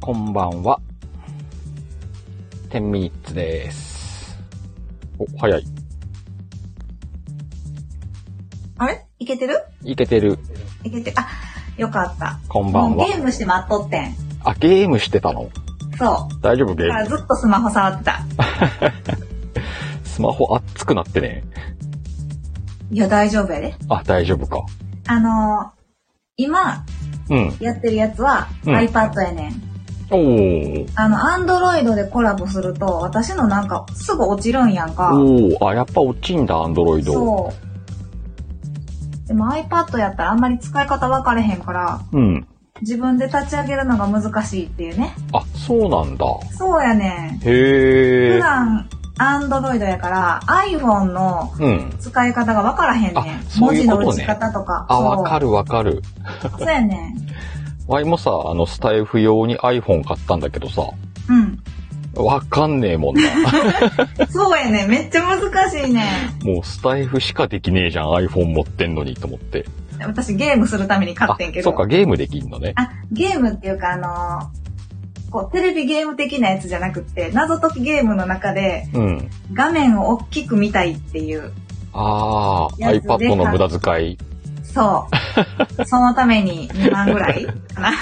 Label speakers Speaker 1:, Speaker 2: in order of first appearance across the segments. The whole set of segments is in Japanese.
Speaker 1: こんばんは。10ミニッツです。お、早い。
Speaker 2: あれいけてる
Speaker 1: いけてる。
Speaker 2: いけて、あ、よかった。
Speaker 1: こんばん
Speaker 2: も
Speaker 1: は
Speaker 2: うゲ。ームして待っとってん。
Speaker 1: あ、ゲームしてたの
Speaker 2: そ
Speaker 1: 大丈夫ゲ
Speaker 2: う。
Speaker 1: ー
Speaker 2: だか
Speaker 1: ム
Speaker 2: らずっとスマホ触ってた。
Speaker 1: スマホ熱くなってね。
Speaker 2: いや、大丈夫やで。
Speaker 1: あ、大丈夫か。
Speaker 2: あのー今、
Speaker 1: うん。
Speaker 2: やってるやつは、
Speaker 1: うん
Speaker 2: iPad やねん。
Speaker 1: おー。
Speaker 2: あの、Android でコラボすると、私のなんか、すぐ落ちるんやんか。
Speaker 1: おー。あ、やっぱ落ちんだ、アンドロイド。
Speaker 2: そう。でも iPad やったらあんまり使い方分かれへんから、
Speaker 1: うん。
Speaker 2: 自分で立ち上げるのが難しいっていうね。
Speaker 1: あ、そうなんだ。
Speaker 2: そうや
Speaker 1: へ
Speaker 2: ねん。普
Speaker 1: ー。
Speaker 2: 段、Android やから、iPhone の
Speaker 1: うん。
Speaker 2: 使い方が分からへんね
Speaker 1: あ
Speaker 2: ん。
Speaker 1: そういうことね
Speaker 2: 文字の打ち方とか。
Speaker 1: あ、わか
Speaker 2: る。
Speaker 1: るわかる。
Speaker 2: そうやねん。
Speaker 1: ワイもさ、あの、スタイフ用に iPhone 買ったんだけどさ、
Speaker 2: うん。
Speaker 1: わかんねえもんな。
Speaker 2: そうやねん。めっちゃ難しいねん。
Speaker 1: もうスタイフしかできねえじゃん、iPhone 持ってんのにと思って。
Speaker 2: 私ゲームするために買ってんけ
Speaker 1: あそっ
Speaker 2: ど。
Speaker 1: か、ゲームできんのね。
Speaker 2: あ、ゲームっていうかあのーこう、テレビゲーム的なやつじゃなくって、謎解きゲームの中で
Speaker 1: うん。
Speaker 2: 画面を大きく見たいっていう。
Speaker 1: ああ、
Speaker 2: やつで
Speaker 1: iPad の無駄遣い。
Speaker 2: そう。そのために2万ぐらいかな。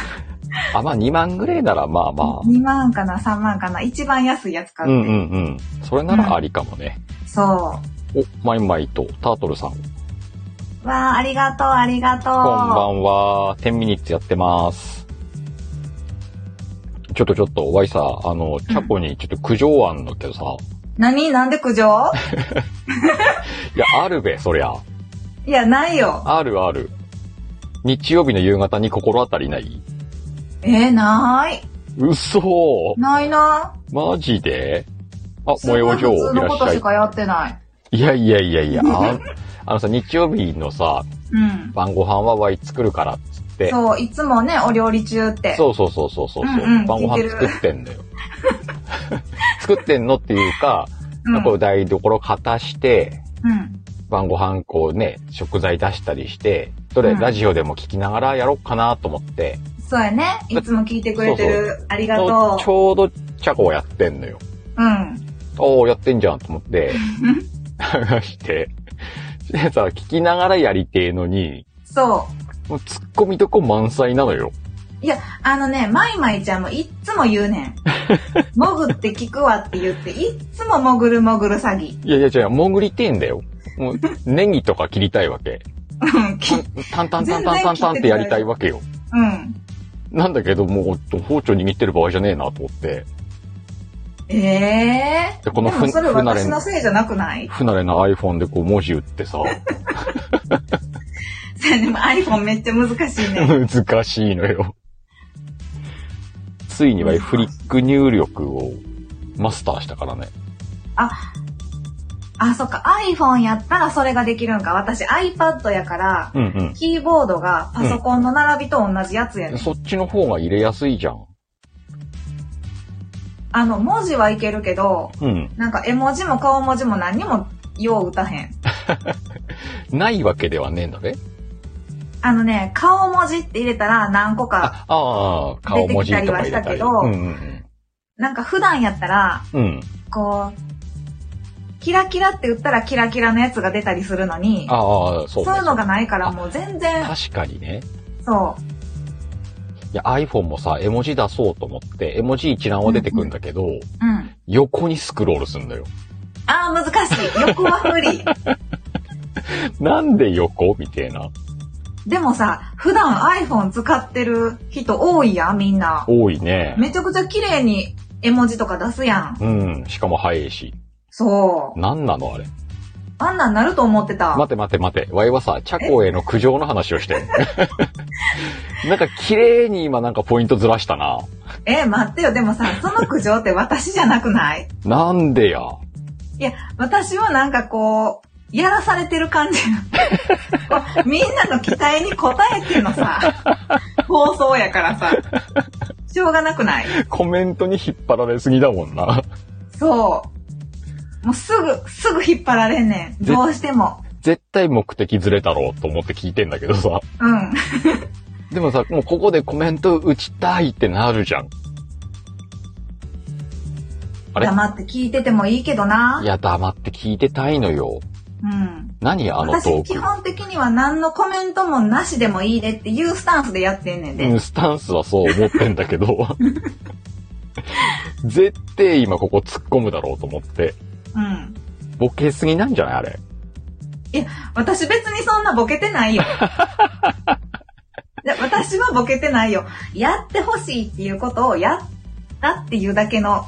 Speaker 1: あ、まあ2万ぐらいならまあま
Speaker 2: 2万かな、3万かな。一番安いやつ
Speaker 1: あ。
Speaker 2: 買
Speaker 1: う
Speaker 2: っ
Speaker 1: ん
Speaker 2: て。
Speaker 1: うんうん。それならありかもね。
Speaker 2: そ
Speaker 1: お、マイマイとタートルさん。こん
Speaker 2: う。わあ、ありがとう、ありがとう。
Speaker 1: ばんは。10ミニッツやってます。ちょっとちょっと、ワイさ、あの、チャポにちょっと苦情案だけどさ。
Speaker 2: 何なんで 苦情
Speaker 1: いや、あるべ、そりゃ。
Speaker 2: いや、ないよ。
Speaker 1: あるある。日曜日の夕方に心当たりない
Speaker 2: えー、ない。
Speaker 1: 嘘
Speaker 2: ないな。
Speaker 1: マジであ、
Speaker 2: すご
Speaker 1: 萌
Speaker 2: い
Speaker 1: えお嬢、
Speaker 2: 普通
Speaker 1: い
Speaker 2: の
Speaker 1: ら
Speaker 2: こ
Speaker 1: っしゃ
Speaker 2: とし
Speaker 1: い。
Speaker 2: かやってない。
Speaker 1: いやいやいやいや、ああのさ、日曜日のさ、
Speaker 2: うん。
Speaker 1: 晩ご飯はワイ作るからっつって。
Speaker 2: そう、いつもね、お料理中って。
Speaker 1: そうそうそうそうそう。
Speaker 2: うんうん
Speaker 1: 晩ご
Speaker 2: 聞い
Speaker 1: 飯
Speaker 2: てる
Speaker 1: 作ってんのよ。作ってんのっていうか、
Speaker 2: うん。
Speaker 1: こう台所片して、
Speaker 2: うん。
Speaker 1: 晩ご飯こうね、食材出したりして、どれ、
Speaker 2: うん
Speaker 1: ラジオでも聞きながらやろうかなと思って、
Speaker 2: そうやね。いつも聞いてくれてる。ありがと
Speaker 1: ちょうどチャコをやってんのよ。
Speaker 2: う。うん。
Speaker 1: おおやってんじゃんと思って、流 して、でさ、聞きながらやりてえのに、
Speaker 2: そう。
Speaker 1: もうツッコミとこ満載なのよ。
Speaker 2: あのね、まいまいちゃんもいっつも言うね ん。潜って聞くわって言って、いっつも潜る潜る詐欺。
Speaker 1: いやいや違う、潜りてえんだよ。もう、ネギとか切りたいわけ。
Speaker 2: うんき
Speaker 1: タンタンタンタンタンタンってやりたいわけよ。
Speaker 2: うん。
Speaker 1: なんだけど、もう、包丁握ってる場合じゃねえなと思って、
Speaker 2: ええ
Speaker 1: で
Speaker 2: ー。
Speaker 1: この
Speaker 2: でもそれ
Speaker 1: ふ不慣れ
Speaker 2: 私のせいじゃなくない
Speaker 1: 不慣れな iPhone でこう文字打ってさ、
Speaker 2: そうやね。でも iPhone めっちゃ難しいね。
Speaker 1: 難しいのよ。ついにはフリック入力をマスターしたからね。
Speaker 2: あ、そっか。iPhone やったらそれができるんか。私 iPad やから、
Speaker 1: うんうん。
Speaker 2: キーボードがパソコンの並びと同じやつやね、ん。
Speaker 1: そっちの方が入れやすいじゃん。
Speaker 2: あの、文字はいけるけど、
Speaker 1: うん。
Speaker 2: なんか絵文字も顔文字も何にもよう打たへん。
Speaker 1: ないわけではねえんだね。
Speaker 2: あのね、顔文字って入れたら何個か、
Speaker 1: ああー、顔文字とか入れたり。
Speaker 2: 出てきたりは
Speaker 1: う
Speaker 2: し
Speaker 1: ん
Speaker 2: た
Speaker 1: う
Speaker 2: け
Speaker 1: ん
Speaker 2: なんか普段やったら、
Speaker 1: うん。うん。
Speaker 2: こう、キラキラって打ったらキラキラのやつが出たりするのに、
Speaker 1: ああ、そ
Speaker 2: そうう
Speaker 1: ね
Speaker 2: いうのがないからもう全然、
Speaker 1: 確かにね。
Speaker 2: そ
Speaker 1: いや、iPhone もさ、絵文字出そうと思って、絵文字一覧は出てくんだけど、
Speaker 2: う。うん。
Speaker 1: 横にスクロールすんだよ。
Speaker 2: ああ、難しい。横は無理。
Speaker 1: なんで横みたいな。
Speaker 2: でもさ、普段 iPhone 使ってる人多いやん、みんな。
Speaker 1: 多いね。
Speaker 2: めちゃくちゃ綺麗に絵文字とか出すやん。
Speaker 1: うん。しかも早いし。
Speaker 2: そう。
Speaker 1: なんなのあれ。
Speaker 2: あんなんなると思ってた。
Speaker 1: 待て待て待て。ワイはさ、チャコへの苦情の話をしてる。 なんか綺麗に今なんかポイントずらしたな。
Speaker 2: え、待ってよ。でもさ、その苦情って私じゃなくない
Speaker 1: なんでや。
Speaker 2: 私はなんかこう、やらされてる感じ。こうみんなの期待に応えてのさ、放送やからさ、しょうがなくない
Speaker 1: コメントに引っ張られすぎだもんな。
Speaker 2: そう。もうすぐ、すぐ引っ張られんねん。
Speaker 1: ぜ
Speaker 2: どうしても。
Speaker 1: 絶対目的ずれだろうと思って聞いてんだけどさ。
Speaker 2: うん。
Speaker 1: でもさ、もうここでコメント打ちたいってなるじゃん。あれ。
Speaker 2: 黙って聞いててもいいけどない
Speaker 1: や、黙って聞いてたいのよ。
Speaker 2: うん。
Speaker 1: 何あのト
Speaker 2: 私、基
Speaker 1: ー
Speaker 2: 本的には何のコメントもなしでもいいでっていうスタンスでやってんねん
Speaker 1: ク。
Speaker 2: で。
Speaker 1: うん、スタンスはそう思ってんだけ ど。絶対今ここ突っ込むだろうと思って。
Speaker 2: うん。
Speaker 1: ボケすぎなんじゃないあれ。
Speaker 2: 私別にそんなボケ てないよ。いや私はボケてないよ。やってほしいっていうことをやったっていうだけの。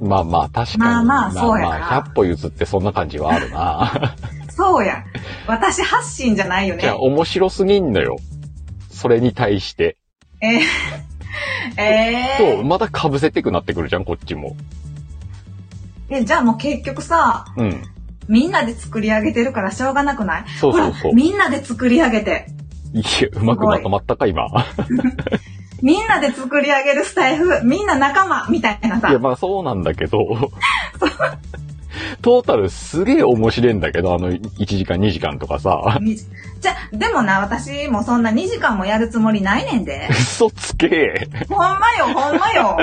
Speaker 1: まあまあ、確かに。
Speaker 2: まあまあそうやな
Speaker 1: まあまあ、100歩譲ってそんな感じはあるな。
Speaker 2: そうや。私発信じゃないよ
Speaker 1: じゃ
Speaker 2: ね
Speaker 1: あ、。面白すぎんのよ。それに対して。
Speaker 2: えー、えー
Speaker 1: そう、また被せてくなってくるじゃん、こっちも。
Speaker 2: えじゃあもう結局さ、
Speaker 1: うん。
Speaker 2: みんなで作り上げてるからしょうがなくない
Speaker 1: そうそうそ
Speaker 2: ほら、
Speaker 1: う。
Speaker 2: みんなで作り上げて。
Speaker 1: いや、うまくまとまったか、今。
Speaker 2: みんなで作り上げるスタイフ、みんな仲間みたいない
Speaker 1: や、
Speaker 2: さ。
Speaker 1: まあそうなんだけど。 トータルすげえ面白いんだけど、あの、1時間、2時間とかさ。
Speaker 2: みじゃ、でもな、私もそんな2時間もやるつもりないねんで。
Speaker 1: 嘘つけ
Speaker 2: ほんまよ、ほんまよ。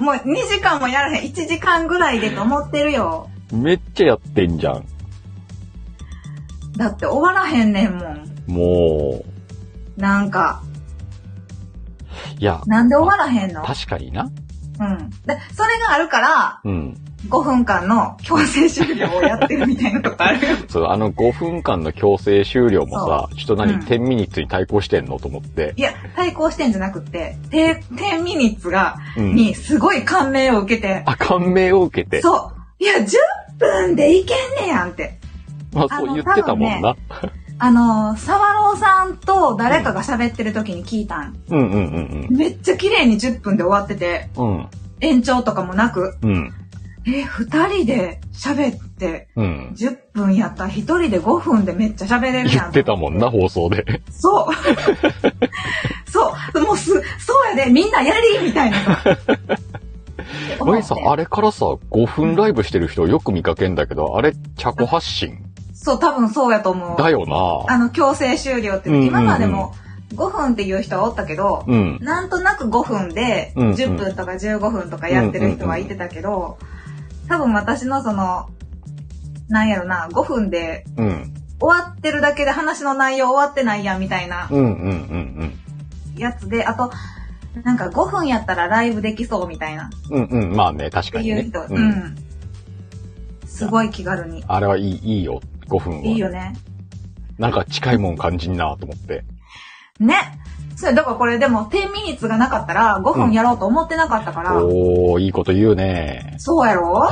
Speaker 2: もう2時間もやらへん。1時間ぐらいでと思ってるよ。
Speaker 1: めっちゃやってんじゃん。
Speaker 2: だって終わらへんねんもん。
Speaker 1: もう。
Speaker 2: なんか、
Speaker 1: いや、
Speaker 2: なんで終わらへんの
Speaker 1: 確かにな。
Speaker 2: うん。で、それがあるから、
Speaker 1: うん。
Speaker 2: 5分間の強制終了をやってるみたいなこ とあるよ。
Speaker 1: そう、あの5分間の強制終了もさ、ちょっと何、
Speaker 2: うん
Speaker 1: 10ミニッツに対抗してんのと思って。
Speaker 2: いや、対抗してんじゃなくて、て10ミニッツが、
Speaker 1: うん。
Speaker 2: にすごい感銘を受けて、
Speaker 1: あ、感銘を受けて。
Speaker 2: そう。いや、10分でいけんねやんって。
Speaker 1: まあ
Speaker 2: あ
Speaker 1: そ
Speaker 2: の
Speaker 1: う言ってたもんな。
Speaker 2: あの、サワローさんと誰かが喋ってる時に聞いたん。
Speaker 1: うんうんうん
Speaker 2: めっちゃ綺麗に10分で終わってて、
Speaker 1: うん。うん。
Speaker 2: 延長とかもなく、
Speaker 1: うん。
Speaker 2: え、二人で喋って、
Speaker 1: うん。
Speaker 2: 10分やったら一人で5分でめっちゃ喋れる
Speaker 1: 言
Speaker 2: やん。
Speaker 1: ってたもんな、放送で。
Speaker 2: そう。そう。もうす、そうやで、みんなやりみた いな。って思
Speaker 1: マ
Speaker 2: っ
Speaker 1: イ
Speaker 2: て
Speaker 1: さん、あれからさ、5分ライブしてる人よく見かけんだけど、あれ、チャコ発信
Speaker 2: そう、多分そうやと思う。
Speaker 1: だよな。
Speaker 2: あの、強制終了って、
Speaker 1: うんうんうん
Speaker 2: 今までも5分っていう人はおったけど、
Speaker 1: うん。
Speaker 2: なんとなく5分で
Speaker 1: うんうん
Speaker 2: 10分とか15分とかやってる人はいてたけど、多分私のその、なんやろな、5分で
Speaker 1: うん。
Speaker 2: 終わってるだけで話の内容終わってないやんみたいな
Speaker 1: うんうんうん
Speaker 2: やつで、あと、なんか5分やったらライブできそうみたいなっ
Speaker 1: うん。うんうん。まあね、確
Speaker 2: て
Speaker 1: かに
Speaker 2: いう
Speaker 1: ね
Speaker 2: 人、。う
Speaker 1: うん。
Speaker 2: ん。すごい気軽に。
Speaker 1: あれはいい、いいよ、5分は。
Speaker 2: いいよね。
Speaker 1: なんか近いもん感じんなと思って。
Speaker 2: ね。それ、だからこれでも10ミニッツがなかったら5分やろうと思ってなかったから、
Speaker 1: おー、いいこと言うね。
Speaker 2: そう やろ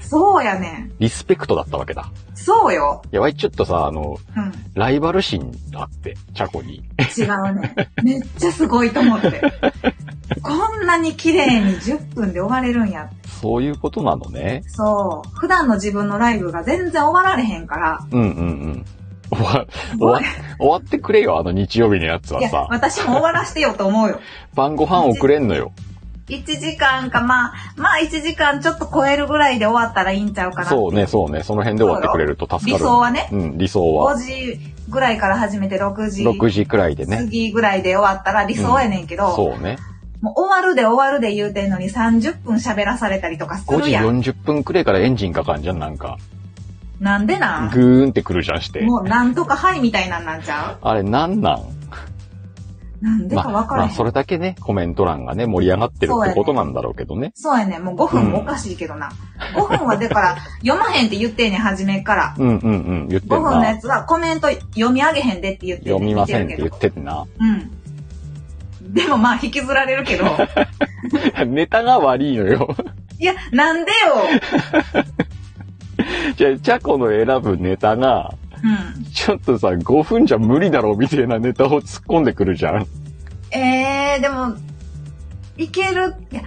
Speaker 2: そうやねん。
Speaker 1: リスペクトだったわけだ。
Speaker 2: そうよ。
Speaker 1: やばい、ちょっとさ、あの、
Speaker 2: うん。
Speaker 1: ライバル心あって、チャコに。
Speaker 2: 違うね。めっちゃすごいと思って。こんなに綺麗に10分で終われるんや。
Speaker 1: そういうことなのね。
Speaker 2: そう。普段の自分のライブが全然終わられへんから。
Speaker 1: うんうんうん。終わ、
Speaker 2: す
Speaker 1: 終
Speaker 2: ご
Speaker 1: わ
Speaker 2: い。、
Speaker 1: 終わってくれよ、あの日曜日のやつはい
Speaker 2: や
Speaker 1: さ、。
Speaker 2: 私も終わらしてよと思うよ。
Speaker 1: 晩ご飯遅れんのよ。
Speaker 2: 1時間か、まあ、まあ1時間ちょっと超えるぐらいで終わったらいいんちゃうかな。
Speaker 1: そうね、そうね。その辺で終わってくれると助か
Speaker 2: 理
Speaker 1: る。
Speaker 2: 想はね、
Speaker 1: うん、理想
Speaker 2: 5
Speaker 1: は。
Speaker 2: 時ぐらいから始めて6時
Speaker 1: 6時くらいで
Speaker 2: 過
Speaker 1: ね。
Speaker 2: ぎぐらいで終わったら理想やねんけど、
Speaker 1: そうね。
Speaker 2: もう終わるで終わるで言うてんのに30分喋らされたりとかするやん。
Speaker 1: 5時40分くらいからエンジンかかんじゃん、なんか。
Speaker 2: なんでなん
Speaker 1: ぐーんってくるじゃんして。
Speaker 2: もうなんとかはいみたいなんなんちゃ
Speaker 1: あれ、なんなん
Speaker 2: うなんでか
Speaker 1: まあ、
Speaker 2: わから
Speaker 1: ま
Speaker 2: へん。
Speaker 1: あ、それだけね、コメント欄がね、盛り上がってるってことなんだろうけどね。
Speaker 2: そうやねんもう5分もおかしいけどな。5分はだから、読まへんって言ってんねん、初めから。
Speaker 1: うんうんうん、言ってん
Speaker 2: 5分のや
Speaker 1: な。
Speaker 2: つはコメント読み上げへんでって言ってんね
Speaker 1: 読みませんって
Speaker 2: 見
Speaker 1: 言
Speaker 2: る
Speaker 1: っ
Speaker 2: けど
Speaker 1: てんな。
Speaker 2: うん。でもまあ、引きずられるけど。
Speaker 1: ネタが悪いのよ。
Speaker 2: いや、なんでよ。
Speaker 1: じゃあ、チャコの選ぶネタが、
Speaker 2: うん。
Speaker 1: ちょっとさ、5分じゃ無理だろ、みたいなネタを突っ込んでくるじゃん。
Speaker 2: えー、でも、いける、いや、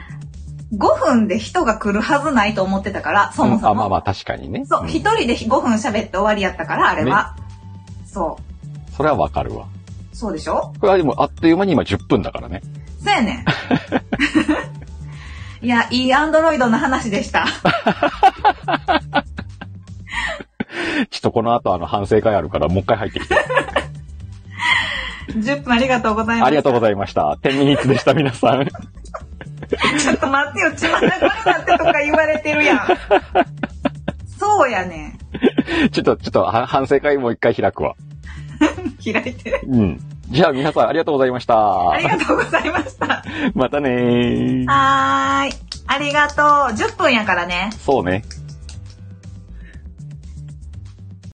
Speaker 2: 5分で人が来るはずないと思ってたから、そもそも。
Speaker 1: あまあまあ、確かにね。
Speaker 2: そう、
Speaker 1: ん
Speaker 2: 一、人で5分喋って終わりやったから、あれは。そう。
Speaker 1: それはわかるわ。
Speaker 2: そうでしょ
Speaker 1: これはでも、あっという間に今10分だからね。
Speaker 2: そう やねん。いや、いいアンドロイドの話で した。
Speaker 1: ちょっとこの後、あの、反省会あるから、もう一回入ってきて。
Speaker 2: 10分ありがとうございま
Speaker 1: あ
Speaker 2: し
Speaker 1: りが。
Speaker 2: た
Speaker 1: とうございました。10ミニッツでした、皆さん。
Speaker 2: ちょっと待ってよ、血まなこになってとか言われて るやん。そうやね
Speaker 1: ちょっと、ちょっと、は反省会もう一回開くわ。
Speaker 2: ん。開いて。
Speaker 1: うん。じゃあ皆さんありがとうございました。
Speaker 2: ありがとうございました。
Speaker 1: またねー。
Speaker 2: はーい。ありがとう。10分やからね。
Speaker 1: そうね。